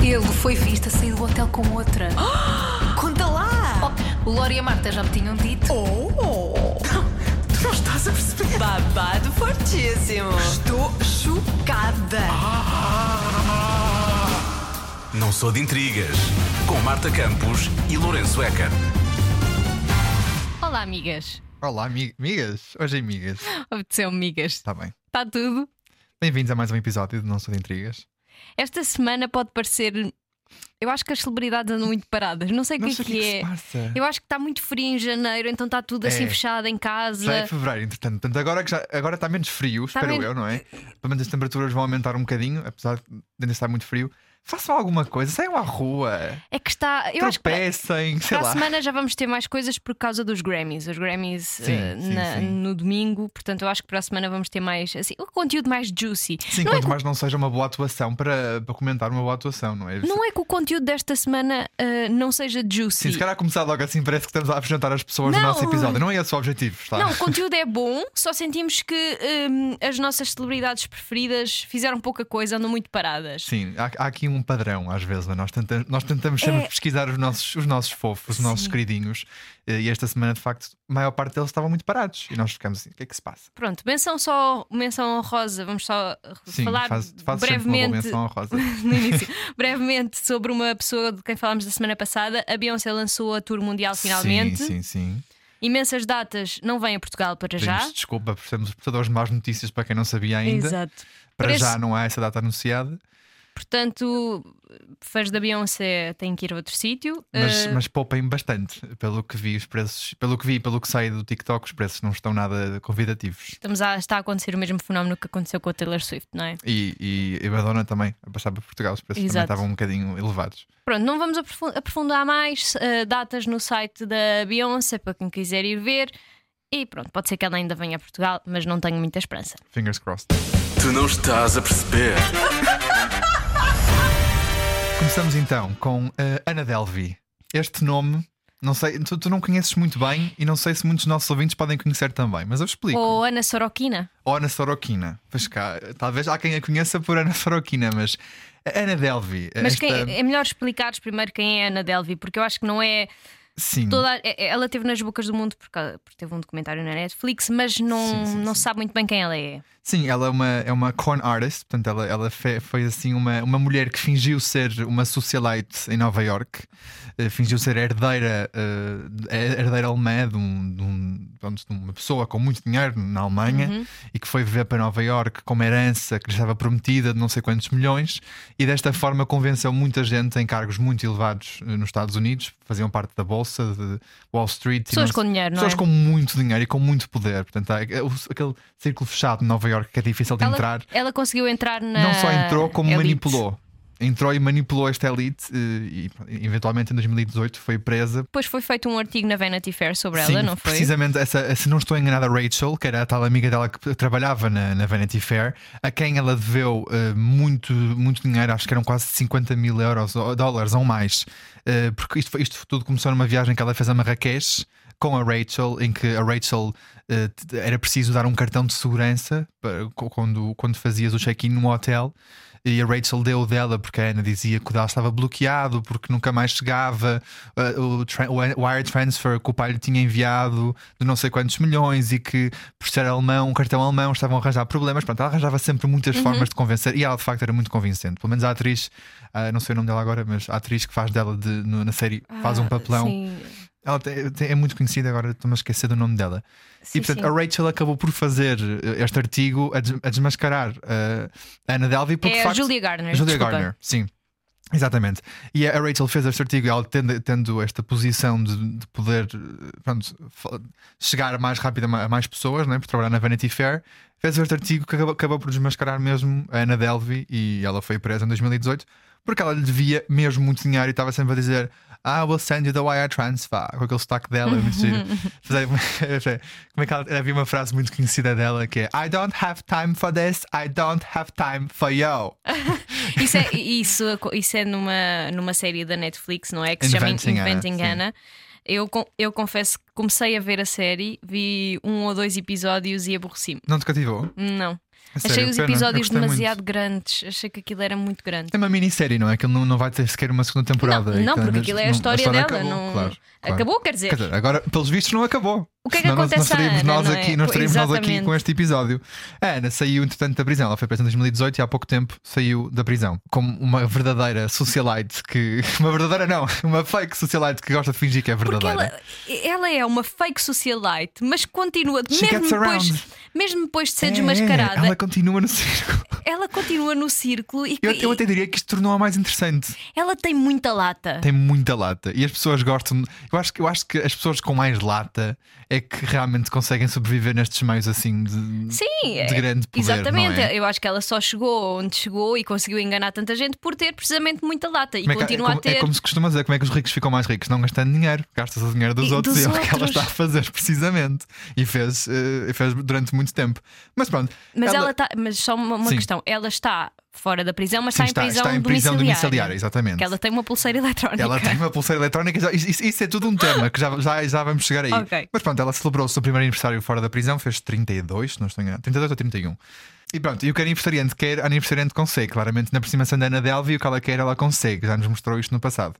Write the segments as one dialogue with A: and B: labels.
A: Ele foi visto a sair do hotel com outra.
B: Conta lá!
A: Oh, o Lori e a Marta já me tinham dito.
B: Oh!
C: Tu não estás a perceber?
B: Babado fortíssimo!
C: Estou chocada.
D: Não sou de intrigas. Com Marta Campos e Lourenço Eker.
A: Olá, amigas.
E: Olá, ami- amigas. Hoje é amigas.
A: Obteceu, amigas.
E: Está bem.
A: Está tudo?
E: Bem-vindos a mais um episódio de Não Sou de Intrigas.
A: Esta semana pode parecer. Eu acho que as celebridades andam muito paradas. Não sei o que
E: Não
A: é
E: sei o
A: que
E: que é que
A: é.
E: se passa.
A: Eu acho que está muito frio em janeiro, então está tudo assim
E: É.
A: fechado em casa.
E: Já é fevereiro, entretanto. Portanto, agora que já- agora está menos frio, espero
A: Tá menos-
E: eu, não é? Pelo menos as temperaturas vão aumentar um bocadinho, apesar de ainda estar muito frio. Façam alguma coisa, saiam à rua,
A: É que está. Eu acho que para,
E: tropecem, sei
A: para a
E: lá.
A: semana já vamos ter mais coisas por causa dos Grammys. Os Grammys eh,
E: sim,
A: na-
E: sim.
A: no domingo, portanto eu acho que para a semana vamos ter mais assim, um conteúdo mais juicy.
E: Sim,
A: não, é
E: quanto
A: que,
E: mais não seja uma boa atuação para, para comentar uma boa atuação, não é?
A: não é que o conteúdo desta semana eh, não seja juicy.
E: Sim, se calhar começar logo assim, parece que estamos a apresentar as pessoas
A: Não.
E: no nosso episódio. Não é esse o objetivo, está?
A: Não, o conteúdo é bom, só sentimos que hum, as nossas celebridades preferidas fizeram pouca coisa, andam muito paradas.
E: Sim, há, há aqui um padrão às vezes, mas nós, tenta- nós tentamos
A: É.
E: sempre pesquisar os nossos, os nossos fofos, os nossos queridinhos, eh, e esta semana, de facto, a maior parte deles estavam muito parados. E nós ficamos assim: o que é que se passa?
A: Pronto, menção só, menção honrosa, vamos só eh,
E: Sim,
A: falar
E: faz, faz sempre uma boa
A: brevemente.
E: menção rosa.
A: no início, brevemente sobre uma pessoa de quem falámos da semana passada. A Beyoncé lançou a tour mundial finalmente.
E: Sim, sim, sim.
A: Imensas datas não vêm a Portugal para já.
E: Pedimos desculpa por sermos portadores de más notícias para quem não sabia ainda.
A: Exato.
E: Para
A: Preço-
E: já não há essa data anunciada,
A: Portanto, fãs da Beyoncé têm que ir a outro sítio.
E: mas,
A: Eh,
E: mas poupem bastante. Pelo que vi, os preços, pelo que vi, e pelo que sei do TikTok, os preços não estão nada convidativos.
A: Estamos a, está a acontecer o mesmo fenómeno que aconteceu com a Taylor Swift, não é?
E: E, e, e Madonna também, a passar para Portugal, os preços
A: Exato.
E: também estavam um bocadinho elevados.
A: Pronto, não vamos aprofu- aprofundar mais eh, datas no site da Beyoncé para quem quiser ir ver. E pronto, pode ser que ela ainda venha a Portugal, mas não tenho muita esperança.
E: Fingers crossed.
D: Tu não estás a perceber.
E: Começamos então com eh, Ana Delvi. Este nome, não sei, tu, tu não conheces muito bem e não sei se muitos dos nossos ouvintes podem conhecer também, mas eu explico.
A: Ou Ana Sorokina.
E: Ou Ana Sorokina. Pois cá, talvez há quem a conheça por Ana Sorokina, mas a Ana Delvi.
A: Mas
E: esta-
A: quem- é melhor explicares primeiro quem é a Ana Delvey, porque eu acho que não é
E: Sim.
A: toda. é- é- Ela teve nas bocas do mundo porque, porque teve um documentário na Netflix, mas não,
E: Sim, sim,
A: não
E: sim.
A: se sabe muito bem quem ela é.
E: Sim, ela é uma, é uma con artist, portanto, ela, ela fe- foi assim uma, uma mulher que fingiu ser uma socialite em Nova York, eh, fingiu ser herdeira, eh, herdeira alemã de, um- de um- pronto, de uma pessoa com muito dinheiro na Alemanha
A: Uhum.
E: e que foi viver para Nova York com uma herança que lhe estava prometida de não sei quantos milhões e desta forma convenceu muita gente em cargos muito elevados eh, nos Estados Unidos, faziam parte da Bolsa de Wall Street. e
A: Pessoas
E: não-
A: com dinheiro, não
E: pessoas
A: é?
E: com muito dinheiro e com muito poder. Portanto, há aquele- aquele círculo fechado de Nova York que é difícil de
A: Ela,
E: entrar.
A: ela conseguiu entrar na. É
E: Não só entrou, como
A: elite.
E: manipulou. Entrou e manipulou esta elite eh, e, eventualmente, em 2018 foi presa.
A: Depois foi feito um artigo na Vanity Fair sobre
E: Sim,
A: ela, não foi?
E: Precisamente, essa, se não estou enganada, Rachel, que era a tal amiga dela que trabalhava na, na Vanity Fair, a quem ela deveu eh, muito, muito dinheiro, acho que eram quase 50 mil euros, ou dólares ou mais, Eh, porque isto, foi- isto tudo começou numa viagem que ela fez a Marrakech com a Rachel, em que a Rachel eh, te- era preciso dar um cartão de segurança para- co- quando, quando fazias o check-in num hotel. E a Rachel deu o dela porque a Ana dizia que o dela estava bloqueado, porque nunca mais chegava. eh, o, tra- o wire transfer que o pai lhe tinha enviado de não sei quantos milhões e que, por ser alemão, um cartão alemão, estavam a arranjar problemas. Pronto, ela arranjava sempre muitas formas de convencer e ela de facto era muito convincente. Pelo menos a atriz, ah, não sei o nome dela agora, mas a atriz que faz dela de- no- na série faz um papelão.
A: Sim.
E: Ela te- te- é muito conhecida, agora estou-me a esquecer do nome dela.
A: Sim,
E: e portanto,
A: sim.
E: a Rachel acabou por fazer eh, este artigo a, des- a desmascarar eh, a Ana Delvey, porque
A: É
E: de
A: a
E: facto,
A: Julia Garner.
E: Julia
A: desculpa.
E: Garner, sim. Exatamente. E a a Rachel fez este artigo, ela tendo, tendo esta posição de, de poder eh, pronto, fa- chegar mais rápido a ma- a mais pessoas, né, por trabalhar na Vanity Fair, fez este artigo que acabou, acabou por desmascarar mesmo a Ana Delvey e ela foi presa em 2018 porque ela lhe devia mesmo muito dinheiro e estava sempre a dizer I will send you the wire transfer com aquele sotaque dela, muito giro. Fazer- Como é que ela, havia uma frase muito conhecida dela que é I don't have time for this, I don't have time for you.
A: Isso é, isso, isso é numa, numa série da Netflix, não é? Que se chama
E: Inventing Anna,
A: Inventing
E: sim.
A: Anna. Eu, con- eu confesso que comecei a ver a série, vi um ou dois episódios e aborreci-me.
E: Não te cativou?
A: Não. Achei
E: sério,
A: os
E: pena, eu
A: episódios
E: gostei muito.
A: demasiado grandes. Achei que aquilo era muito grande.
E: É uma minissérie, não é? Aquilo não, não vai ter sequer uma segunda temporada.
A: Não, não,
E: Aquilo
A: porque
E: mesmo-
A: aquilo é a
E: não,
A: história, dela.
E: Acabou,
A: não...
E: claro, claro.
A: Acabou, quer dizer.
E: Quer dizer, é agora, pelos vistos, não acabou.
A: O que é que
E: Senão nós-
A: acontece à
E: nós estaríamos
A: Ana,
E: nós
A: não é?
E: aqui, nós
A: Pois,
E: estaríamos nós aqui
A: exatamente.
E: com este episódio. A Ana saiu, entretanto, da prisão. Ela foi presa em 2018 e há pouco tempo saiu da prisão. Como uma verdadeira socialite que. Uma verdadeira, não. Uma fake socialite que gosta de fingir que é
A: Porque
E: verdadeira.
A: ela, ela é uma fake socialite, mas continua,
E: She
A: mesmo
E: gets around.
A: depois, mesmo depois de ser
E: É,
A: desmascarada,
E: ela
A: ela...
E: continua no circo.
A: continua no círculo e,
E: Eu,
A: e
E: eu até diria que isto tornou-a mais interessante.
A: ela tem muita lata.
E: Tem muita lata. E as pessoas gostam. Eu acho, que- eu acho que as pessoas com mais lata é que realmente conseguem sobreviver nestes meios assim de,
A: Sim, é-
E: de grande poder.
A: exatamente.
E: Não é?
A: Eu acho que ela só chegou onde chegou e conseguiu enganar tanta gente por ter precisamente muita lata e
E: Como é, que-
A: continua
E: é como,
A: a ter.
E: é como se costuma dizer, como é que os ricos ficam mais ricos? Não gastando dinheiro, gastas o dinheiro dos
A: E
E: outros
A: dos
E: e é o que ela
A: outros.
E: está a fazer, precisamente. E fez, eh, e fez durante muito tempo. Mas pronto.
A: Mas ela, tá- mas só uma, uma
E: Sim.
A: questão, ela está fora da prisão, mas
E: sim,
A: está, em prisão,
E: domiciliária, exatamente.
A: Que ela tem uma pulseira eletrónica.
E: Ela tem uma pulseira eletrónica. já- Isso, isso é tudo um tema que já, já, já vamos chegar aí.
A: Ok.
E: Mas pronto, ela celebrou o seu primeiro aniversário fora da prisão, fez 32, se não estou enganado. 32 ou 31. E pronto, e o que a aniversariante quer, a aniversariante consegue. Claramente, na aproximação da Ana Delvi, o que ela quer, ela consegue. Já nos mostrou isto no passado.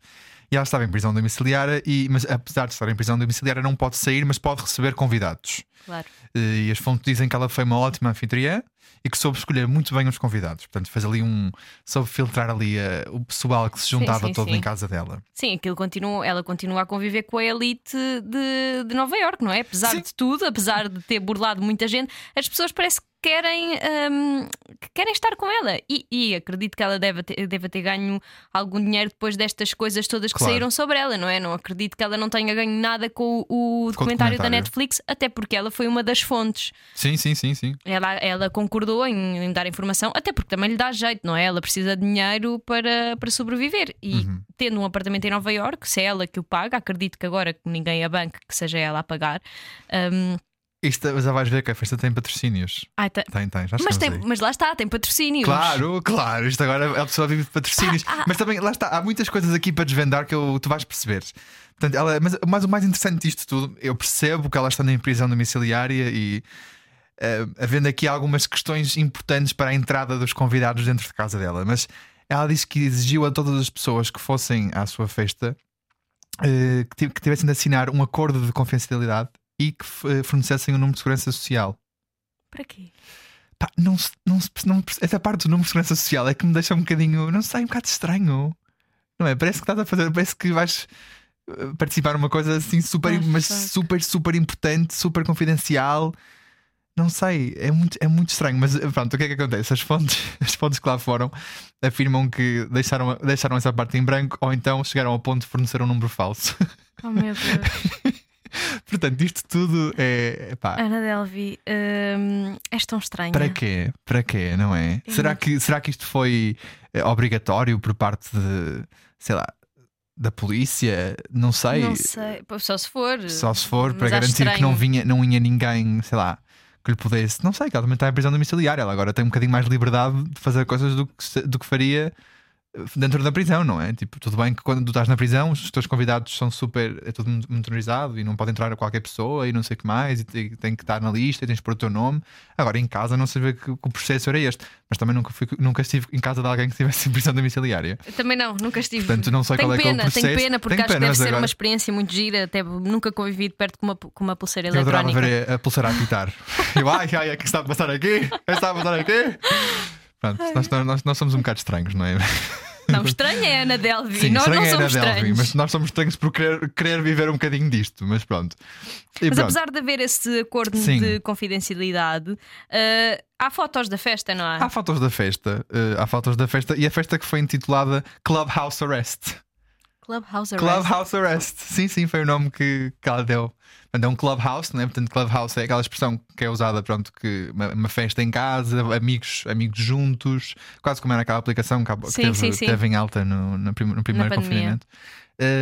E: E ela estava em prisão domiciliária, e, mas apesar de estar em prisão domiciliária, não pode sair, mas pode receber convidados.
A: Claro.
E: Eh, E as fontes dizem que ela foi uma ótima anfitriã e que soube escolher muito bem os convidados. Portanto, fez ali um. soube filtrar ali eh, o pessoal que se juntava
A: sim,
E: todo
A: sim.
E: em casa dela.
A: Sim, aquilo continua, ela continua a conviver com a elite de, de Nova Iorque, não é? Apesar
E: Sim.
A: de tudo, apesar de ter burlado muita gente, as pessoas parece que querem, hum, que querem estar com ela. E, e acredito que ela deve ter, deve ter ganho algum dinheiro depois destas coisas todas que
E: Claro.
A: saíram sobre ela, não é? Não acredito que ela não tenha ganho nada com o, o documentário da
E: documentário.
A: Netflix, até porque ela foi uma das fontes.
E: Sim, sim, sim, sim.
A: Ela, ela concordou em, em dar informação, até porque também lhe dá jeito, não é? Ela precisa de dinheiro para, para sobreviver. E
E: Uhum.
A: tendo um apartamento em Nova Iorque, se é ela que o paga, acredito que agora que ninguém a banque, que seja ela a pagar. hum,
E: Isto já vais ver que a festa tem patrocínios.
A: ai, tá-
E: Tem, tem, já
A: mas,
E: chegamos
A: tem-
E: aí.
A: mas lá está, tem patrocínios.
E: Claro, claro. Isto agora a pessoa vive de patrocínios. Mas também, lá está, há muitas coisas aqui para desvendar que eu- tu vais perceber. Portanto, ela, mas, mas o mais interessante disto tudo, eu percebo que ela está em prisão domiciliária e eh, havendo aqui algumas questões importantes para a entrada dos convidados dentro de casa dela. Mas ela disse que exigiu a todas as pessoas que fossem à sua festa eh, que ti- que tivessem de assinar um acordo de confidencialidade e que eh, fornecessem o número de segurança social.
A: Para quê?
E: Pá, não, se- não, se- não, perce- essa parte do número de segurança social é que me deixa um bocadinho, não sei, um bocado estranho. Não é? Parece que estás a fazer, parece que vais eh, participar numa coisa assim super,
A: Ah,
E: mas
A: fuck.
E: super, super importante, super confidencial. Não sei, é muito, é muito estranho, mas eh, pronto, o que é que acontece? As fontes, as fontes que lá foram afirmam que deixaram, deixaram essa parte em branco ou então chegaram ao ponto de fornecer um número falso.
A: Oh meu Deus,
E: Portanto, isto tudo é. pá,
A: Ana Delvi, hum, és tão estranha.
E: Para quê? Para quê, não é?
A: Eu
E: Será
A: não-
E: que, será que isto foi eh, obrigatório por parte de, sei lá, da polícia? Não sei.
A: Não sei, Pô, só se for.
E: Só se for
A: Mas
E: para
A: acho
E: garantir que não
A: estranho.
E: vinha, não vinha ninguém, sei lá, que lhe pudesse. Não sei, que ela também está em prisão domiciliária. Ela agora tem um bocadinho mais de liberdade de fazer coisas do que, se- do que faria eh, dentro da prisão, não é? Tipo, tudo bem que quando tu estás na prisão, os teus convidados são super. é tudo monitorizado e não pode entrar qualquer pessoa e não sei o que mais, e tem, tem que estar na lista e tens de pôr o teu nome. Agora em casa não sabia que, que o processo era este, mas também nunca, fui, nunca estive em casa de alguém que estivesse em prisão domiciliária.
A: Também não, nunca estive.
E: Portanto, não sei
A: tenho
E: qual é que é o
A: pena, Tenho
E: processo.
A: pena, porque
E: Tenho
A: acho
E: pena,
A: que deve
E: mas
A: ser uma
E: agora-
A: experiência muito gira. Até nunca convivi de perto com uma, com uma pulseira
E: Eu adorava
A: eletrónica.
E: ver a pulseira a apitar. Eu, ai, ai, o que está a passar aqui? O que está a passar aqui? Pronto, nós, nós, nós somos um bocado estranhos, não é?
A: Não, estranha é a Ana Delvi. nós não
E: estranho é a Ana
A: somos
E: Delvey,
A: estranhos.
E: mas
A: Mas,
E: nós somos estranhos por querer, querer viver um bocadinho disto, mas pronto. E pronto.
A: apesar de haver esse acordo
E: Sim.
A: de confidencialidade, eh, há fotos da festa, não há?
E: Há fotos da festa, eh, há fotos da festa e a festa que foi intitulada Clubhouse Arrest.
A: Clubhouse Arrest.
E: Clubhouse Arrest, sim, sim, foi o nome que, que ela deu. Portanto, é um clubhouse, não é? Portanto, clubhouse é aquela expressão que é usada, pronto, que uma, uma festa em casa, amigos, amigos juntos, quase como era aquela aplicação que, há- que
A: Sim,
E: teve,
A: sim, sim.
E: teve em alta no, no prim- no primeiro
A: pandemia.
E: confinamento.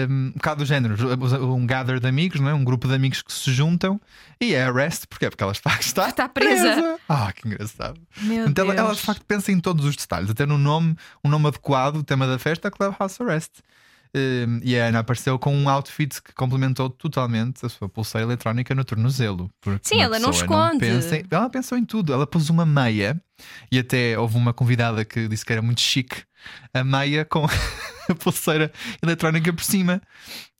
E: Um, um bocado do género, um gather de amigos, não é? Um grupo de amigos que se juntam e é arrest, porquê? Porque ela está, está,
A: Está presa.
E: Ah, que engraçado.
A: Meu
E: Portanto, ela,
A: Deus.
E: ela, de facto pensa em todos os detalhes, até no nome, um nome adequado, o tema da festa, Clubhouse Arrest. Hum, e a Ana apareceu com um outfit que complementou totalmente a sua pulseira eletrónica no tornozelo. porque
A: Sim,
E: uma
A: ela não
E: pessoa
A: esconde.
E: pensa em- ela pensou em tudo. Ela pôs uma meia e até houve uma convidada que disse que era muito chique a meia com a pulseira eletrónica por cima,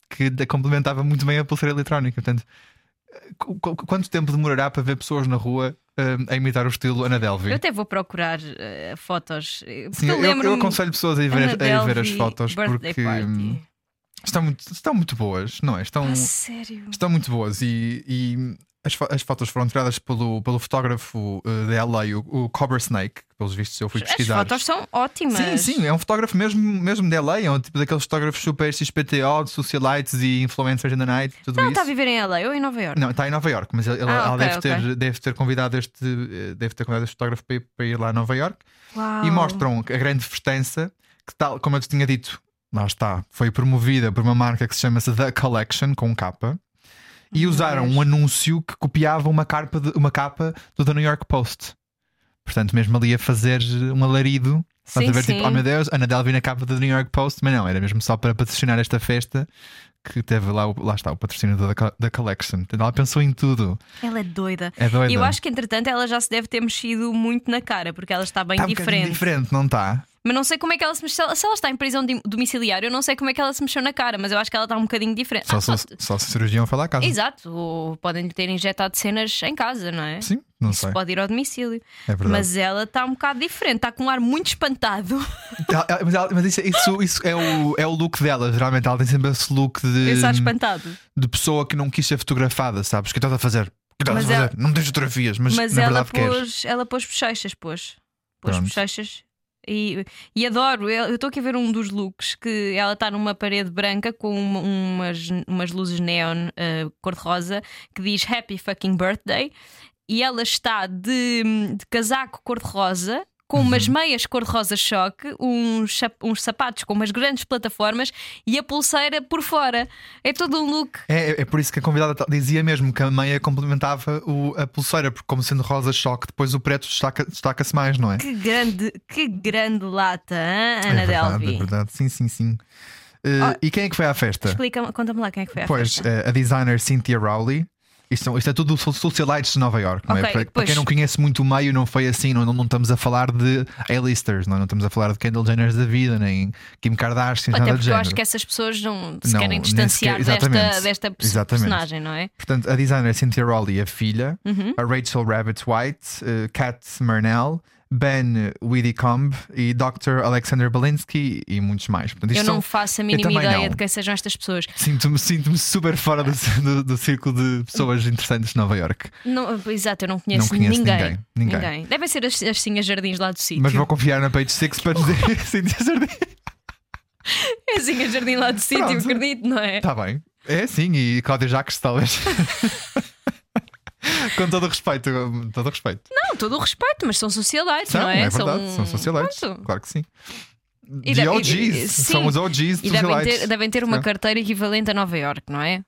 E: que da- complementava muito bem a pulseira eletrónica. Portanto, qu- qu- quanto tempo demorará para ver pessoas na rua hum, a imitar o estilo Ana Delvey?
A: Eu até vou procurar eh, fotos. eh, Porque
E: Sim,
A: eu
E: eu, eu
A: lembro.
E: aconselho pessoas a ir ver, a ir ver as fotos porque hum,
A: Party.
E: estão muito, estão muito boas, não é? Estão,
A: Ah, sério.
E: estão muito boas e, e as, fo- as fotos foram tiradas pelo, pelo fotógrafo eh, da LA, o, o Cobra Snake, que pelos vistos eu fui
A: As
E: pesquisar.
A: fotos são ótimas.
E: Sim, sim, é um fotógrafo mesmo, mesmo de LA, é um tipo daqueles fotógrafos super XPTO, de socialites e influencers in the night, tudo
A: Ela
E: isso.
A: está a viver em LA ou em Nova York?
E: Não, está em Nova York, mas ele, ele-
A: tá Ah,
E: ela
A: ok,
E: deve, ter, deve ter convidado este eh, deve ter convidado este fotógrafo para ir, para ir lá a Nova York
A: Uau.
E: e mostram a grande festança que tal, como eu te tinha dito, lá está, foi promovida por uma marca que se chama The Collection com capa e usaram um anúncio que copiava uma, carpa de- uma capa do The New York Post. Portanto, mesmo ali a fazer um alarido, estás
A: Sim,
E: a ver
A: sim.
E: tipo, oh meu Deus, Ana Delvey na capa do The New York Post, mas não, era mesmo só para patrocinar esta festa que teve lá, o- lá está, o patrocínio da, Co- da Collection. Portanto, ela pensou em tudo.
A: Ela é doida.
E: É doida.
A: E eu acho que entretanto ela já se deve ter mexido muito na cara, porque ela está bem
E: Está um bocadinho
A: diferente.
E: diferente, não tá? está?
A: Mas não sei como é que ela se mexeu. Se ela está em prisão dim- domiciliar, eu não sei como é que ela se mexeu na cara, mas eu acho que ela está um bocadinho diferente.
E: Só,
A: Ah,
E: só,
A: pode-
E: só se o cirurgião foi lá a casa.
A: Exato, ou podem lhe ter injetado cenas em casa, não é?
E: Sim, não
A: Isso
E: sei.
A: pode ir ao domicílio.
E: É verdade. Hum.
A: Mas ela está um bocado diferente, está com um ar muito espantado.
E: Ela- ela- Então, ah, Mas, ela- mas isso, isso- isso é, o, é o look dela, geralmente. Ela tem sempre esse look
A: Esse ar
E: de,
A: espantado.
E: de pessoa que não quis ser fotografada, sabes? O que estás a fazer? O que estás a
A: Mas
E: fazer?
A: ela-
E: Não me tens fotografias, mas,
A: Mas
E: na
A: ela
E: verdade queres.
A: pôs, ela pôs bochechas, pôs. Pôs
E: Pronto.
A: bochechas. E, e adoro, eu eu estou aqui a ver um dos looks que ela está numa parede branca com uma- umas, umas luzes neon eh, cor-de-rosa que diz Happy fucking birthday e ela está de, de casaco cor-de-rosa. Com umas
E: Uhum.
A: meias cor-de-rosa choque, uns, chap- uns sapatos com umas grandes plataformas e a pulseira por fora. É todo um look
E: É, é por isso que a convidada ta- dizia mesmo que a meia complementava o- a pulseira, porque como sendo rosa choque, depois o preto destaca- destaca-se mais, não é?
A: Que grande, que grande lata, hein,
E: É
A: Ana
E: verdade,
A: Delvi.
E: É verdade, sim, sim, sim. Uh, E quem é que foi à festa?
A: Explica-me, conta-me lá quem é que foi à
E: Pois,
A: festa.
E: eh, a designer Cynthia Rowley. Isto, são- isto é tudo so- socialites de Nova York, não é?
A: Ok,
E: para, para quem
A: pois.
E: não conhece muito o meio, não foi assim. Não, não, não estamos a falar de A-listers, não, não estamos a falar de Kendall Jenner da vida, nem Kim Kardashian,
A: Até
E: nada do
A: porque eu
E: género.
A: acho que é essas pessoas não se
E: Não,
A: querem
E: nem
A: distanciar
E: sequer-
A: desta,
E: exatamente,
A: desta perso-
E: exatamente.
A: personagem, não é?
E: Portanto, a designer Cynthia Rowley, a filha,
A: Uhum.
E: a Rachel Rabbit White, eh, Kat Murnell, Ben Widdicombe e Dr. Alexander Belinsky e muitos mais. Portanto, isto
A: eu não
E: são-
A: faço a
E: também
A: mínima ideia
E: não.
A: de quem sejam estas pessoas.
E: Sinto-me sinto super fora do, do, do círculo de pessoas interessantes de Nova York.
A: Não, exato, eu não conheço,
E: Não conheço
A: ninguém,
E: ninguém, ninguém.
A: Devem ser as, as Sinhas Jardins lá do sítio.
E: Mas vou confiar na Page Six para dizer
A: Oh.
E: Cynthia Jardim.
A: É as Sinhas Jardim lá do sítio,
E: Pronto.
A: acredito, não é?
E: Está bem. É sim, e Cláudia Jacques, talvez. Com todo o respeito, com todo o respeito.
A: Não, todo o respeito, mas são socialites, não é?
E: verdade, são, socialites.
A: Pronto.
E: Claro que sim.
A: E
E: The
A: deve- e-
E: OGs,
A: e-
E: são
A: sim.
E: os OGs
A: E
E: de
A: devem
E: socialites.
A: ter, devem ter uma
E: Claro.
A: carteira equivalente a Nova York, não é?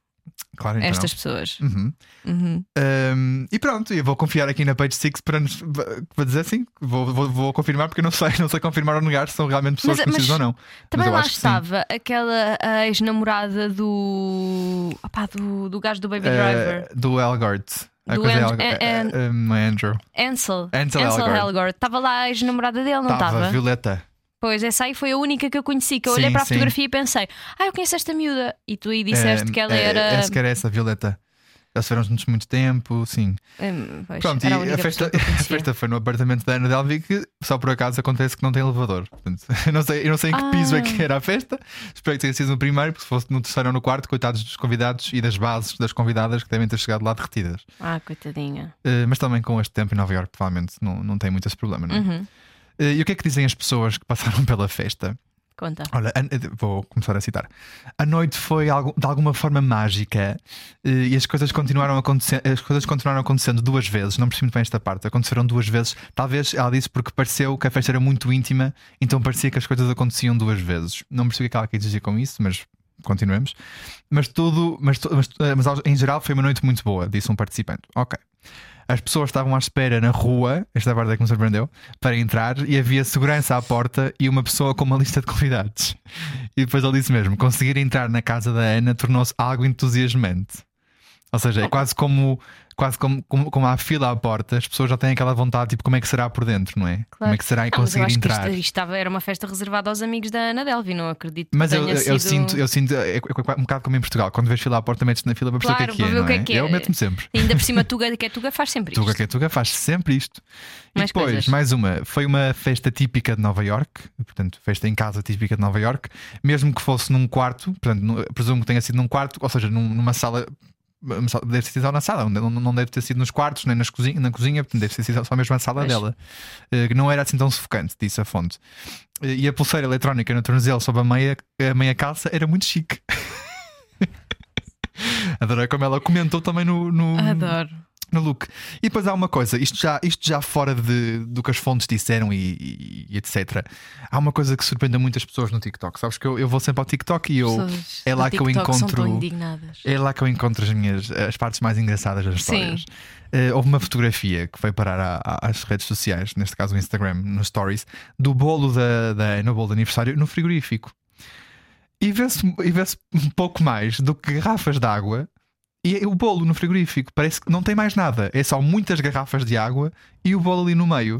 E: Claro, então.
A: Estas pessoas.
E: Uhum.
A: Uhum.
E: Um, e pronto, eu vou confiar aqui na Page Six para, nos- para dizer assim. Vou, vou, vou confirmar porque eu não sei, não sei confirmar ou negar se são realmente pessoas
A: Mas-
E: conhecidas
A: mas-
E: ou não.
A: Também
E: mas eu
A: lá
E: acho que sim.
A: estava aquela a ex-namorada do, opá, do. do gajo do Baby Driver.
E: Eh, do Elgort. A
A: Do
E: coisa é
A: Andrew-
E: Elgort.
A: é- é-
E: Eh, eh, não é Andrew.
A: Ansel.
E: Ansel Elgort.
A: Elgort. Estava lá a ex-namorada dele, não
E: Estava
A: estava?
E: Violeta.
A: Pois, essa aí foi a única que eu conheci. Que eu
E: Sim,
A: olhei para a
E: sim.
A: fotografia e pensei: Ah, eu conheço esta miúda. E tu aí disseste
E: Eh,
A: que ela
E: eh,
A: era.
E: Essa que era essa, Violeta. Eles foram juntos muito tempo, sim.
A: Hum, pois,
E: Pronto,
A: era
E: e a
A: única pessoa
E: festa,
A: que eu
E: a
A: conhecia.
E: festa foi no apartamento da Ana Delvi que só por acaso acontece que não tem elevador. Portanto, eu, não sei, eu não sei em que piso é que
A: Ah.
E: era a festa. Espero que tenha sido no primeiro, porque se fosse no terceiro ou no quarto, coitados dos convidados e das bases das convidadas que devem ter chegado lá derretidas.
A: Ah, coitadinha.
E: Eh, mas também com este tempo em Nova Iorque, provavelmente não, não tem muito esse problema, não é?
A: Uhum.
E: Eh, e o que é que dizem as pessoas que passaram pela festa?
A: Conta.
E: Olha, an- eh, vou começar a citar. A noite foi algu- de alguma forma mágica eh, e as coisas continuaram acontecendo, as coisas continuaram acontecendo duas vezes. Não percebi muito bem esta parte. Aconteceram duas vezes. Talvez ela disse porque pareceu que a festa era muito íntima, então parecia que as coisas aconteciam duas vezes. Não percebi o que é que ela quis dizer com isso, mas continuemos. Mas tudo, mas, tu- mas, eh, mas em geral foi uma noite muito boa, disse um participante. Ok. As pessoas estavam à espera na rua, esta parte é que me surpreendeu, para entrar e havia segurança à porta e uma pessoa com uma lista de convidados. E depois ele disse mesmo: conseguir entrar na casa da Ana tornou-se algo entusiasmante. Ou seja, é quase como quase como, como, como há fila à porta, as pessoas já têm aquela vontade, tipo, como é que será por dentro, não é? Como é que será e
A: Não, Ah, mas eu
E: conseguir
A: acho
E: entrar?
A: que isto, isto estava, era uma festa reservada aos amigos da Ana Delvi, não acredito. que
E: Mas eu,
A: tenha
E: eu, eu
A: sido-
E: sinto, eu sinto é, é um bocado como em Portugal, quando vês fila à porta, metes-te na fila para perceber
A: Claro,
E: o que é que é.
A: para ver o
E: não
A: que é que é.
E: Eu meto-me sempre.
A: Ainda por cima, Tuga, que é Tuga, faz sempre
E: Tuga
A: isto.
E: que é Tuga faz sempre isto.
A: Mais
E: e depois,
A: coisas.
E: mais uma, foi uma festa típica de Nova York, portanto, festa em casa típica de Nova York, mesmo que fosse num quarto, portanto, nu- presumo que tenha sido num quarto, ou seja, num- numa sala. uma sala- Deve ter sido só na sala, não não deve ter sido nos quartos nem nas cozinha, na cozinha, portanto, deve ter sido só mesmo na sala
A: Pois.
E: dela, Eh, que não era assim tão sufocante, disse a fonte. Eh, E a pulseira eletrónica no tornozelo sob a meia, a meia calça era muito chique. Adorei como ela comentou também no, no,
A: Adoro.
E: no look. E depois há uma coisa, isto já, isto já fora de, do que as fontes disseram e, e- e etc. Há uma coisa que surpreende muitas pessoas no TikTok. Sabes que eu, eu vou sempre ao TikTok e eu,
A: Pessoas
E: é lá
A: do
E: que eu
A: TikTok São tão
E: encontro.
A: indignadas.
E: É lá que eu encontro as minhas as partes mais engraçadas das histórias. Eh, houve uma fotografia que foi parar à- à- às redes sociais, neste caso o Instagram, nos stories, do bolo da, da no bolo de aniversário no frigorífico. E vê-se e vê-se um pouco mais do que garrafas de água e o bolo no frigorífico. Parece que não tem mais nada. É só muitas garrafas de água e o bolo ali no meio.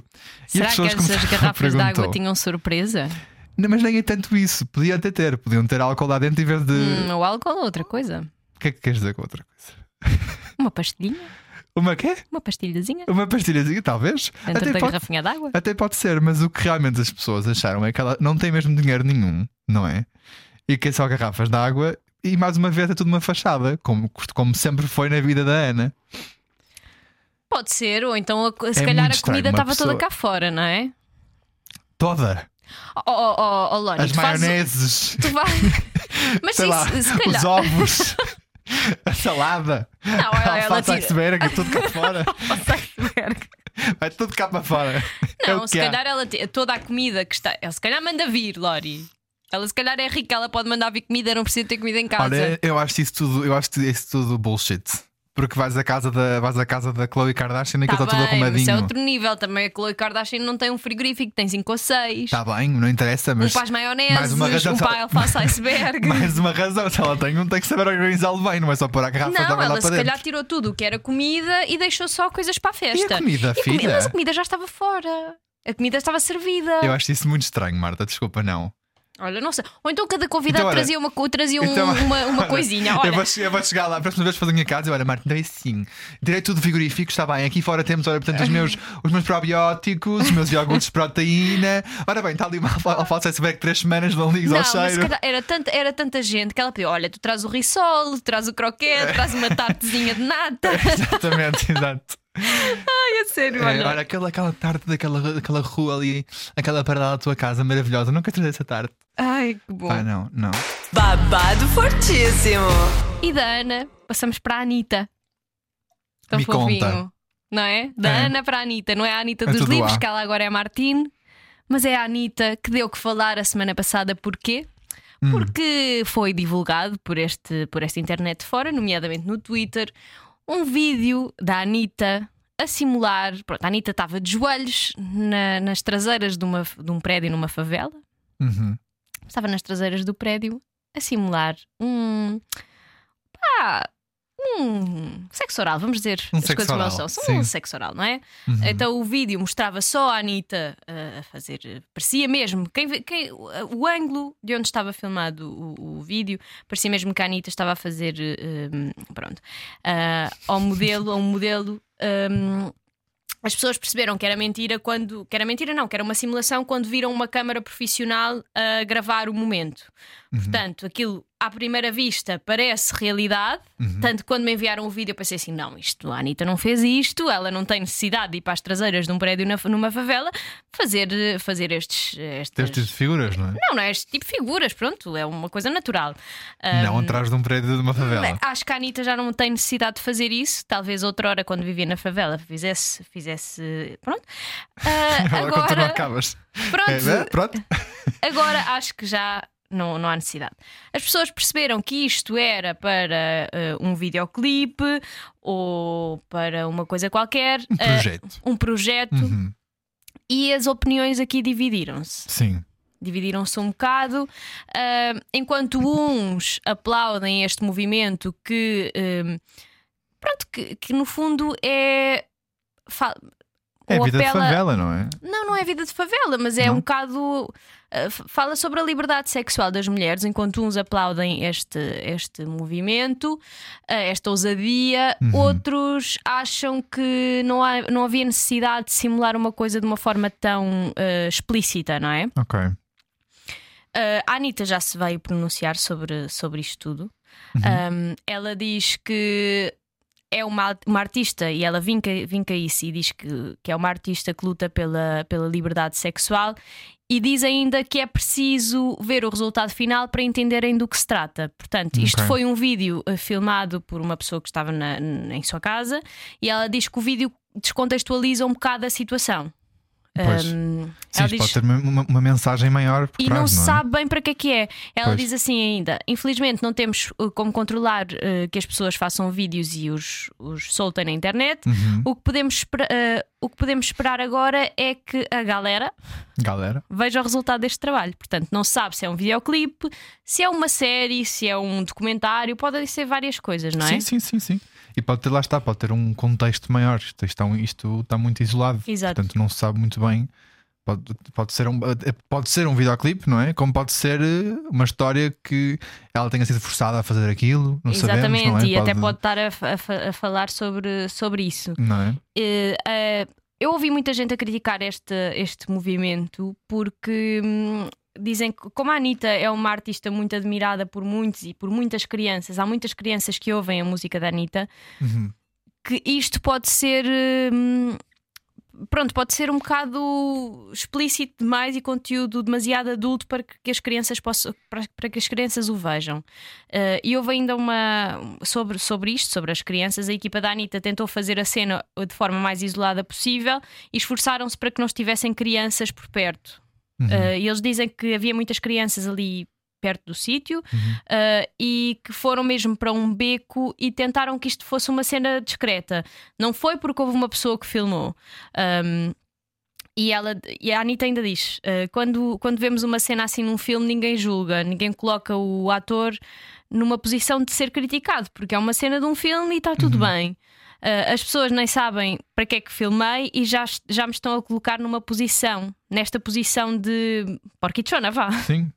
A: Será
E: e as
A: que
E: pessoas
A: essas
E: começaram a
A: garrafas de água
E: perguntar.
A: tinham surpresa?
E: Não, mas nem é tanto isso. Podia até ter. Podiam ter álcool lá dentro em vez de.
A: Hum, ou álcool ou outra coisa?
E: O que é que queres dizer com outra coisa?
A: Uma pastilhinha?
E: Uma quê?
A: Uma pastilhazinha?
E: Uma pastilhazinha, talvez.
A: Dentro da
E: Até pode,
A: garrafinha d'água?
E: até pode ser, mas o que realmente as pessoas acharam é que ela não tem mesmo dinheiro nenhum, não é? E que é só garrafas de água. E mais uma vez é tudo uma fachada, como, como sempre foi na vida da Ana.
A: Pode ser, ou então a- se
E: É
A: calhar
E: muito
A: a comida
E: estranho, uma
A: estava
E: pessoa-
A: toda cá fora, não é?
E: Toda.
A: Oh, oh, oh, oh Lori,
E: As
A: tu fazes-
E: maioneses,
A: tu vais. Mas
E: sei
A: sim,
E: lá,
A: se, se calhar.
E: os ovos, a salada,
A: Não,
E: a
A: ela, ela
E: alface
A: tira.
E: iceberg, tudo cá para fora.
A: Iceberg.
E: Vai tudo cá para fora. é
A: Não,
E: o
A: se
E: que há.
A: calhar ela tira toda a comida que está. Ela se calhar manda vir, Lori. Ela se calhar é rica, ela pode mandar vir comida, não precisa ter comida em casa.
E: Olha, eu acho isso tudo, eu acho isso tudo bullshit. Porque vais à casa da, vais à casa da Chloe Kardashian e
A: Tá
E: aquilo está tudo
A: bem, mas Isso é
E: arrumadinho.
A: outro nível também. A Chloe Kardashian não tem um frigorífico, tem 5 ou 6.
E: Está bem, não interessa,
A: um
E: Tá, mas.
A: para as
E: mais
A: maioneses,
E: uma razão
A: um
E: só-
A: para a alface iceberg.
E: Mais uma razão, se ela tem um, tem que saber organizá-lo bem, não é só pôr a garrafa de
A: Não,
E: água lá
A: ela se
E: para
A: calhar
E: dentro.
A: tirou tudo o que era comida e deixou só coisas para a festa.
E: comida,
A: a comi-
E: filha?
A: Mas a comida já estava fora. A comida estava servida.
E: Eu acho isso muito estranho, Marta, desculpa, não.
A: Olha, não sei. Ou então cada convidado
E: Então, olha,
A: trazia uma, co- trazia um-
E: então-
A: uma, uma
E: olha,
A: coisinha. Olha,
E: Eu, vou, che- eu vou chegar lá, a próxima vez que for da minha casa, eu, olha, Marta, então é assim. Direito tudo frigorífico, está bem, aqui fora temos, olha, portanto, os meus, os meus probióticos, os meus iogurtes de proteína. Ora bem, está ali uma alfa- alface iceberg três semanas, não ligues
A: não,
E: ao
A: mas se
E: cheiro.
A: calhar era, tanta, era tanta gente que ela pediu: olha, tu traz o risol, traz o croquete, traz uma tartezinha de nata.
E: Exatamente, exato.
A: Ai, a sério,
E: É,
A: olha.
E: olha, aquela, aquela tarde daquela, daquela rua ali, aquela parada da tua casa maravilhosa. Nunca trazer essa tarde.
A: Ai, que bom.
E: Ah, não, não.
B: Babado fortíssimo.
A: E da Ana, passamos para a Anitta. Tão
E: Me
A: fofinho.
E: conta.
A: Não é? Da
E: É.
A: Ana para a Anitta. Não é a Anitta
E: É
A: dos
E: tudo
A: livros,
E: A.
A: que ela agora é a Martine, mas é a Anitta que deu que falar a semana passada. Porquê?
E: Hum.
A: Porque foi divulgado por, este, por esta internet fora, nomeadamente no Twitter, um vídeo da Anitta a simular. Pronto, a Anitta estava de joelhos na- nas traseiras de, uma, de um prédio numa favela
E: Uhum.
A: estava nas traseiras do prédio a simular um. pá, um sexo oral, vamos dizer
E: Um
A: as coisas
E: sexo
A: como elas
E: oral,
A: são. São
E: sim.
A: um sexo oral, não é?
E: Uhum.
A: Então o vídeo mostrava só a Anitta eh, a fazer. eh, Parecia mesmo. Quem, vê- quem- o- o ângulo de onde estava filmado o, o vídeo parecia mesmo que a Anitta estava a fazer. eh, hum, pronto. ah, ao modelo, a um modelo. hum, as pessoas perceberam que era mentira quando. Que era mentira, não, que era uma simulação quando viram uma câmara profissional a gravar o momento. Portanto, aquilo à primeira vista parece realidade. Tanto quando me enviaram o vídeo, eu pensei assim: não, isto, a Anitta não fez isto, ela não tem necessidade de ir para as traseiras de um prédio na- numa favela fazer, eh, fazer estes.
E: Tens
A: Estas...
E: tido figuras, não é?
A: Não, não é este tipo de figuras, pronto, é uma coisa natural. Ah, Hum.
E: Não atrás de um prédio de uma favela.
A: Acho que a Anitta já não tem necessidade de fazer isso. Talvez outra hora, quando vivia na favela, fizesse. fizesse pronto. Ah,
E: Agora, quando tu não
A: agora,
E: acabas.
A: pronto,
E: É, é, pronto.
A: agora acho que já não, não há necessidade. As pessoas perceberam que isto era para eh, um videoclipe ou para uma coisa qualquer,
E: Um
A: eh,
E: projeto.
A: um projeto,
E: Uhum.
A: e as opiniões aqui dividiram-se
E: Sim.
A: dividiram-se um bocado. Ah, enquanto uns aplaudem este movimento que, ehm, pronto, que, que no fundo é. fa-
E: É a
A: ou
E: vida de
A: apela-
E: favela, não é?
A: Não, não é vida de favela, mas é
E: Não?
A: um bocado. ah, f- fala sobre a liberdade sexual das mulheres, enquanto uns aplaudem este, este movimento, ah, esta ousadia,
E: Uhum.
A: outros acham que não, há, não havia necessidade de simular uma coisa de uma forma tão ah, explícita, não é?
E: Ok.
A: Uh, a Anitta já se veio pronunciar sobre, sobre isto tudo.
E: Uhum.
A: Um, ela diz que é uma, uma artista e ela vinca, vinca isso e diz que, que é uma artista que luta pela, pela liberdade sexual e diz ainda que é preciso ver o resultado final para entenderem do que se trata. Portanto, isto
E: Ok.
A: foi um vídeo eh, filmado por uma pessoa que estava na- em sua casa e ela diz que o vídeo descontextualiza um bocado a situação.
E: Pois.
A: Um,
E: Sim,
A: ela
E: isto
A: diz-
E: pode ter uma, uma- uma mensagem maior por
A: e
E: trás,
A: não se
E: é?
A: sabe bem para que é que é. Ela
E: Pois.
A: diz assim ainda: infelizmente não temos uh, como controlar uh, que as pessoas façam vídeos e os, os soltem na internet.
E: Uhum.
A: O, que podemos espera- uh, o que podemos esperar agora é que a galera
E: Galera.
A: veja o resultado deste trabalho. Portanto, não se sabe se é um videoclipe, se é uma série, se é um documentário, podem ser várias coisas, não é?
E: Sim, sim, sim, sim. E pode ter, lá está, pode ter um contexto maior. Isto, isto, é um- isto está muito isolado.
A: Exato.
E: Portanto, não se sabe muito bem. Pode, pode, ser um, pode ser um videoclipe, não é? Como pode ser eh, uma história que ela tenha sido forçada a fazer aquilo. Não
A: Exatamente,
E: sabemos, não é?
A: e até pode estar a, fa- a fa- a falar sobre, sobre isso.
E: Não é?
A: Eh, eh, eu ouvi muita gente a criticar este, este movimento porque hum, dizem que, como a Anitta é uma artista muito admirada por muitos e por muitas crianças, há muitas crianças que ouvem a música da Anitta,
E: Uhum.
A: que isto pode ser. hum, Pronto, pode ser um bocado explícito demais e conteúdo demasiado adulto para que as crianças possam, para, para que as crianças o vejam. Eh, e houve ainda uma sobre, sobre isto, sobre as crianças, a equipa da Anitta tentou fazer a cena de forma mais isolada possível e esforçaram-se para que não estivessem crianças por perto.
E: Uhum.
A: Eh, e eles dizem que havia muitas crianças ali perto do sítio
E: Uhum.
A: eh, e que foram mesmo para um beco e tentaram que isto fosse uma cena discreta. Não foi porque houve uma pessoa que filmou. Ahm, e, ela, e a Anitta ainda diz: eh, quando, quando vemos uma cena assim num filme, ninguém julga, ninguém coloca o ator numa posição de ser criticado, porque é uma cena de um filme e está tudo bem. Eh, as pessoas nem sabem para que é que filmei e já, est- já me estão a colocar numa posição, nesta posição de porquichona, vá
E: Sim.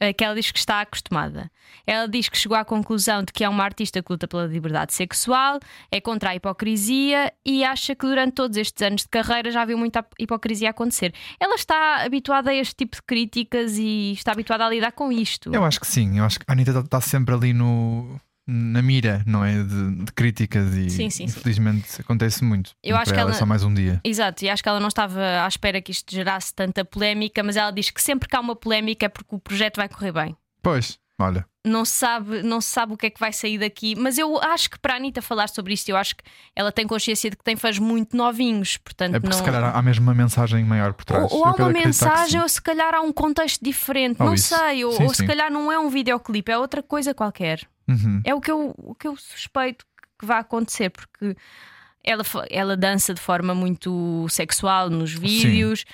A: eh, que ela diz que está acostumada. Ela diz que chegou à conclusão de que é uma artista que luta pela liberdade sexual, é contra a hipocrisia e acha que durante todos estes anos de carreira já viu muita hipocrisia acontecer. Ela está habituada a este tipo de críticas e está habituada a lidar com isto.
E: Eu acho que sim. Eu acho que a Anitta está sempre ali no, na mira, não é? De, de críticas e
A: Sim, sim, sim.
E: infelizmente acontece muito.
A: Eu acho
E: Para
A: que
E: ela é
A: ela-
E: só mais um dia.
A: Exato, e acho que ela não estava à espera que isto gerasse tanta polémica, mas ela diz que sempre que há uma polémica é porque o projeto vai correr bem.
E: Pois, olha.
A: não se sabe, não se sabe o que é que vai sair daqui, mas eu acho que para a Anitta falar sobre isto, eu acho que ela tem consciência de que tem fãs muito novinhos, portanto
E: É porque
A: não.
E: se calhar há mesmo uma mensagem maior por trás.
A: ou, ou
E: Eu
A: há
E: quero
A: uma
E: acreditar que sim.
A: mensagem, ou se calhar há um contexto diferente,
E: Ou
A: não
E: isso.
A: sei, ou,
E: Sim,
A: ou se
E: sim.
A: calhar não é um videoclipe, é outra coisa qualquer.
E: Uhum.
A: É o que eu, o que eu suspeito que vai acontecer, porque ela, fa- ela dança de forma muito sexual nos vídeos.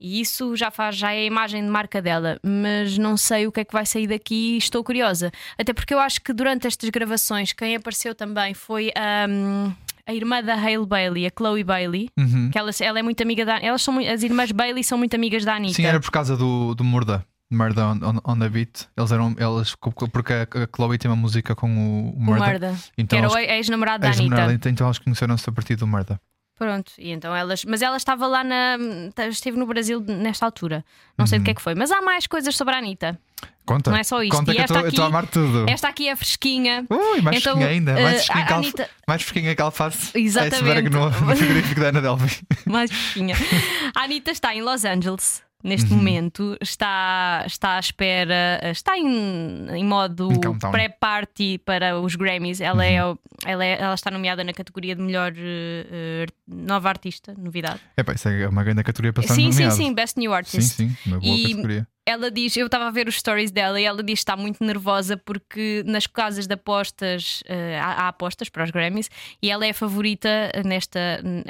A: E isso já faz, já é a imagem de marca dela, mas não sei o que é que vai sair daqui e estou curiosa. Até porque eu acho que durante estas gravações quem apareceu também foi hum, a irmã da Hale Bailey, a Chloe Bailey,
E: Uhum.
A: que ela, ela é muito amiga da elas são mui- as irmãs Bailey são muito amigas da Anitta.
E: Sim, era por causa do, do Murda. Murda on, on, on the Beat. Eles eram. Eles, porque a a Chloe tem uma música com o, o
A: o
E: Murda.
A: Murda, que
E: Então,
A: era
E: eles-
A: o ex-namorado da
E: eles-
A: Anitta.
E: então eles conheceram-se a partir do Murda.
A: Pronto, e então elas. Mas ela estava lá na. tá, Esteve no Brasil nesta altura. Não sei do
E: Uhum.
A: que é que foi. Mas há mais coisas sobre a Anitta.
E: Conta.
A: Não é só isto.
E: Conta
A: E
E: que eu
A: esta
E: tô- eu estou a
A: aqui-
E: amar tudo.
A: Esta aqui é fresquinha.
E: Ui, mais
A: Então,
E: fresquinha ainda.
A: eh,
E: Mais fresquinha,
A: a
E: que, alfa-
A: Anitta-
E: mais fresquinha que alface. É,
A: Exatamente.
E: Iceberg no, no frigorífico da Ana Delvey.
A: Mais fresquinha. a Anitta está em Los Angeles. Neste momento está, está à espera, está em, em modo
E: Em countdown.
A: pré-party para os Grammys. Ela, é, o- ela, é- ela está nomeada na categoria de melhor eh, eh, nova artista, novidade.
E: Epá, isso é uma grande categoria para estar
A: sim, sim,
E: nomeado.
A: sim, Best New Artist.
E: Sim, sim, uma boa
A: E-
E: categoria.
A: ela diz, eu estava a ver os stories dela e ela diz que está muito nervosa porque nas casas de apostas eh, há, há apostas para os Grammys e ela é a favorita nesta,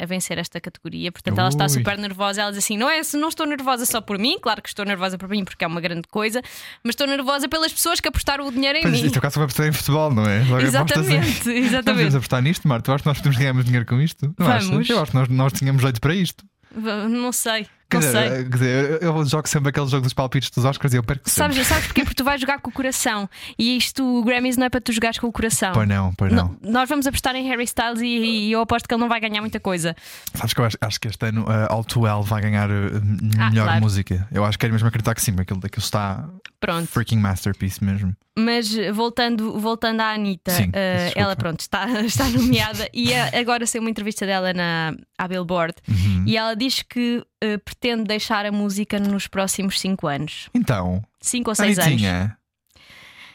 A: a vencer esta categoria. Portanto, ela está
E: Ui.
A: super nervosa. Ela diz assim: não é se não estou nervosa só por mim, claro que estou nervosa por mim porque é uma grande coisa, mas estou nervosa pelas pessoas que apostaram o dinheiro em
E: Pois,
A: mim.
E: isto é quase uma apostar em futebol, não é? Logo apostas em-
A: Exatamente,
E: Nós devemos
A: exatamente.
E: apostar nisto, Marta. Eu acho que nós podemos ganhar muito dinheiro com isto. Não achas?
A: Vamos.
E: Eu acho que nós, nós tínhamos jeito para isto.
A: V- Não sei,
E: Quer
A: não
E: dizer,
A: sei.
E: eh, quer dizer, eu eu jogo sempre aquele jogo dos palpites dos Oscars e eu perco sempre.
A: Sabes, sabes porquê? Porque tu vais jogar com o coração e isto, o Grammys, não é para tu jogares com o coração.
E: Pois não, pois não.
A: Não, Nós vamos apostar em Harry Styles e, e eu aposto que ele não vai ganhar muita coisa.
E: Sabes que eu acho, acho que este ano eh, All Too Well vai ganhar eh,
A: Ah,
E: melhor
A: claro.
E: música. Eu acho que era mesmo acreditar que sim, porque aquilo, aquilo está
A: Pronto.
E: freaking masterpiece mesmo.
A: Mas eh, voltando, voltando à Anitta, eh,
E: Sim, peço desculpa.
A: ela pronto está, está nomeada e eh, agora saiu uma entrevista dela na, à Billboard
E: Uhum.
A: e ela diz que eh, pretende deixar a música nos próximos 5 anos.
E: Então,
A: 5 ou 6 anos.
E: Anitinha.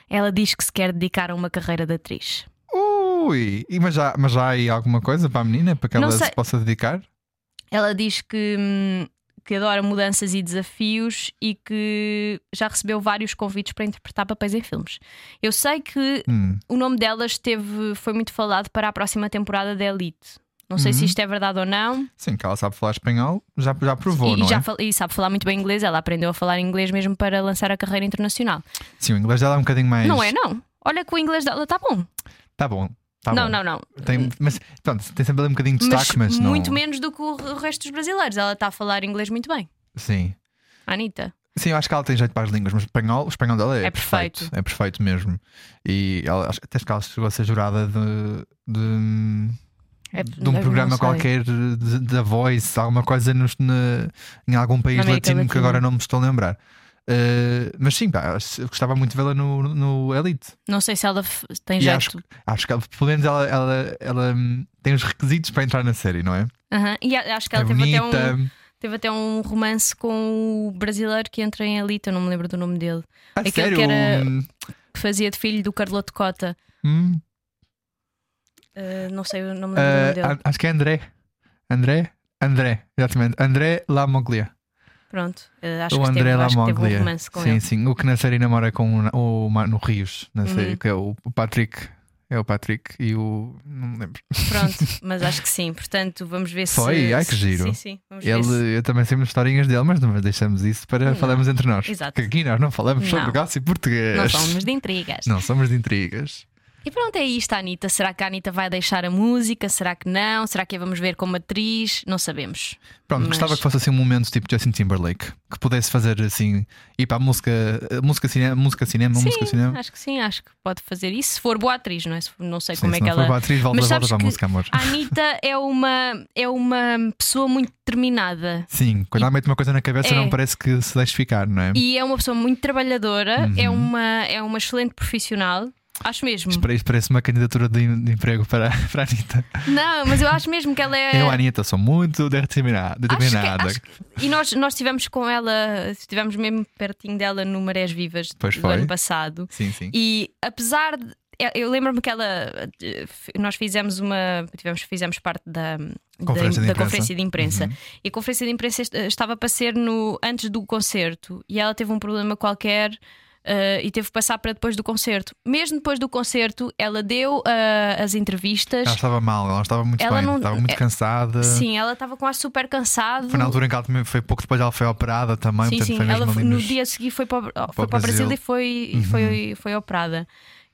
A: Ela diz que se quer dedicar a uma carreira de atriz.
E: Ui! E mas, já, mas já há aí alguma coisa para a menina para que
A: Não
E: ela
A: sei.
E: se possa dedicar?
A: Ela diz que, hum, que adora mudanças e desafios e que já recebeu vários convites para interpretar papéis em filmes. Eu sei que
E: Hum.
A: o nome dela esteve, foi muito falado para a próxima temporada da Elite. Não sei
E: Uhum.
A: se isto é verdade ou não.
E: Sim, que ela sabe falar espanhol, já, já provou,
A: e,
E: não
A: e já
E: é?
A: fal- e sabe falar muito bem inglês. Ela aprendeu a falar inglês mesmo para lançar a carreira internacional.
E: Sim, o inglês dela é um bocadinho mais.
A: Não é, não. Olha que o inglês dela está bom.
E: Tá bom. Tá
A: não,
E: bom.
A: não, não,
E: Tem, mas pronto, tem sempre ali um bocadinho de
A: Mas,
E: destaque, mas, não.
A: muito menos do que o re- o resto dos brasileiros. Ela está a falar inglês muito bem.
E: Sim.
A: A Anitta.
E: Sim, eu acho que ela tem jeito para as línguas, mas o espanhol, o espanhol dela é,
A: É perfeito.
E: É perfeito mesmo. E ela, acho- até acho que ela chegou a ser jurada de, hum, de,
A: É-
E: de um
A: não
E: programa
A: sei.
E: qualquer de- da Voice, alguma coisa nos- na- em algum país
A: Na
E: latino
A: América
E: que
A: Latina.
E: agora não me estou a lembrar. Eh, mas sim, pá, eu gostava muito de vê-la no, no Elite.
A: Não sei se ela f- tem
E: E
A: jeito.
E: acho, acho que ela- pelo menos ela, ela, ela, hum, tem os requisitos para entrar na série, não é?
A: Aham. E a- acho que
E: é
A: ela teve,
E: bonita.
A: até um, teve até um romance com o brasileiro que entra em Elite, eu não me lembro do nome dele.
E: Ah,
A: Aquele
E: sério?
A: que era-
E: Hum,
A: Que fazia de filho do Carloto Cota.
E: hum,
A: Ah, não sei, eu não me lembro do nome
E: eh,
A: dele.
E: a- acho que é André. André? André, exatamente. André Lamoglia.
A: Pronto, ah, acho,
E: o
A: que
E: André
A: teve, acho que teve um
E: Lamoglia.
A: romance com
E: sim,
A: ele. Uhum.
E: sim. O que na série namora com o, Na- o Mano Rios, na série, que é o o Patrick. É o Patrick e o. Não me lembro.
A: Pronto, mas acho que sim. Portanto, vamos ver se.
E: Foi? Ai, que giro.
A: Sim, sim. Vamos ver se-
E: Ele, eu também sei umas historinhas dele, mas não deixamos isso para
A: Não.
E: falarmos entre nós.
A: Exato.
E: Porque aqui nós não falamos sobre
A: Não.
E: gossip português.
A: Não somos de intrigas.
E: Não somos de intrigas.
A: E pronto, é isto, Anitta. Será que a Anitta vai deixar a música? Será que não? Será que a vamos ver como atriz? Não sabemos.
E: Pronto,
A: Mas-
E: gostava que fosse assim um momento tipo Justin Timberlake, que pudesse fazer assim, ir para a música, eh, música cinema, música cinema,
A: Sim,
E: música cinema.
A: acho que sim, acho que pode fazer isso. Se for boa atriz, não é? Se for- não sei
E: Sim,
A: como
E: se
A: é que
E: não for
A: ela.
E: para a atriz, volta,
A: Mas
E: volta
A: sabes
E: para a
A: que
E: música, amor.
A: A Anitta é uma, é uma pessoa muito determinada.
E: Sim, quando ela mete uma coisa na cabeça
A: É.
E: não parece que se deixe ficar, não é?
A: E é uma pessoa muito trabalhadora, é,
E: Uhum.
A: uma, é uma excelente profissional. Acho mesmo.
E: Isto parece- parece uma candidatura de, em- de emprego para, para a Anitta.
A: Não, mas eu acho mesmo que ela é.
E: Eu, Anitta, sou muito determinada.
A: Acho que- é,
E: determinada.
A: acho que- E nós, nós estivemos com ela, estivemos mesmo pertinho dela no Marés Vivas
E: Pois
A: do
E: foi.
A: ano passado.
E: Sim, sim.
A: E apesar de. eu- Eu lembro-me que ela. eh, f- Nós fizemos uma. Tivemos, fizemos parte da. da-
E: Conferência de
A: da
E: imprensa. Uhum.
A: conferência de imprensa. E a conferência de imprensa est- eh, estava para ser no, antes do concerto e ela teve um problema qualquer eh, e teve que passar para depois do concerto. Mesmo depois do concerto, ela deu eh, as entrevistas.
E: Ela estava mal, ela estava muito
A: Ela
E: bem,
A: não-
E: estava muito
A: é-
E: cansada.
A: Sim, ela estava quase super cansada.
E: Foi na altura em que ela também foi pouco depois ela foi operada também,
A: Sim,
E: é? portanto
A: sim.
E: foi mesmo
A: Ela
E: ali
A: foi- no
E: nos-
A: dia a seguir foi para, o- foi para o
E: Brasil. Uhum.
A: Brasil e foi, e foi, foi operada.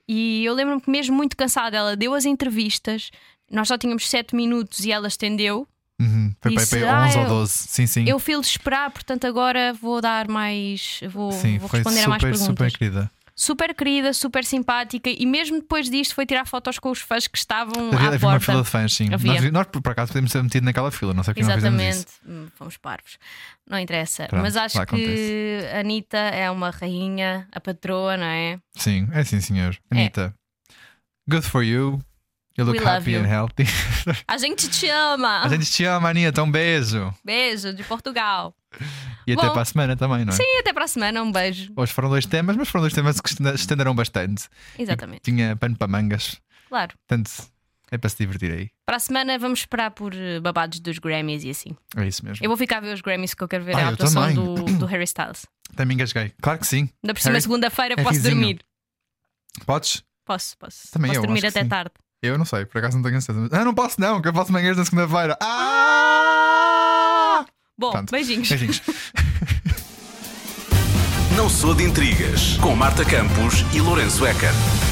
A: E eu lembro-me que, mesmo muito cansada, ela deu as entrevistas. Nós só tínhamos 7 minutos e ela estendeu.
E: Uhum, Foi para
A: Disse,
E: aí
A: "Ah,
E: 11 ou
A: eu-
E: 12. Sim, sim.
A: Eu fui-lhe esperar, portanto, agora vou dar mais. Vou,
E: Sim,
A: vou
E: foi
A: responder
E: super,
A: a mais
E: super
A: perguntas.
E: querida.
A: Super querida, super simpática. E mesmo depois disto, foi tirar fotos com os fãs que estavam Um
E: Havia,
A: à
E: havia uma
A: porta.
E: fila de fãs, sim.
A: Havia.
E: Nós, vi- nós, por por acaso, podemos ter metido naquela fila, não sei porque não fizemos isso.
A: Exatamente, Hum, fomos parvos. Não interessa.
E: Pronto,
A: Mas acho
E: lá
A: que a Anitta é uma rainha, a patroa, não é?
E: Sim, é sim, senhor. Anitta, good for you. You look
A: We love
E: happy
A: you. Ah.
E: and healthy.
A: A gente te ama!
E: A gente te ama, Anitta. Um beijo.
A: Beijo de Portugal.
E: E até
A: Bom,
E: para a semana também, não é?
A: Sim, até para a semana. Um beijo.
E: Hoje foram dois temas, mas foram dois temas que estenda- estenderam bastante.
A: Exatamente.
E: Tinha pano para mangas.
A: Claro.
E: Portanto, é para se divertir aí.
A: Para a semana vamos esperar por eh, babados dos Grammys e assim.
E: É isso mesmo.
A: Eu vou ficar a ver os Grammys que eu quero ver
E: Ah,
A: a
E: eu
A: atuação
E: também.
A: do, do Harry Styles.
E: Também engasguei. Claro que sim.
A: Ainda por cima,
E: Harry-
A: segunda-feira, posso
E: Harryzinho.
A: dormir.
E: Podes?
A: Posso, posso.
E: Também
A: posso
E: eu,
A: dormir
E: acho que
A: até
E: sim.
A: tarde.
E: Eu não sei, por acaso não tenho certeza. Ah, não posso não, que eu faço manhãs na segunda-feira. Ah!
A: Bom,
E: Pronto.
A: Ah! beijinhos.
E: Beijinhos.
D: Não sou de intrigas com Marta Campos e Lourenço Eker.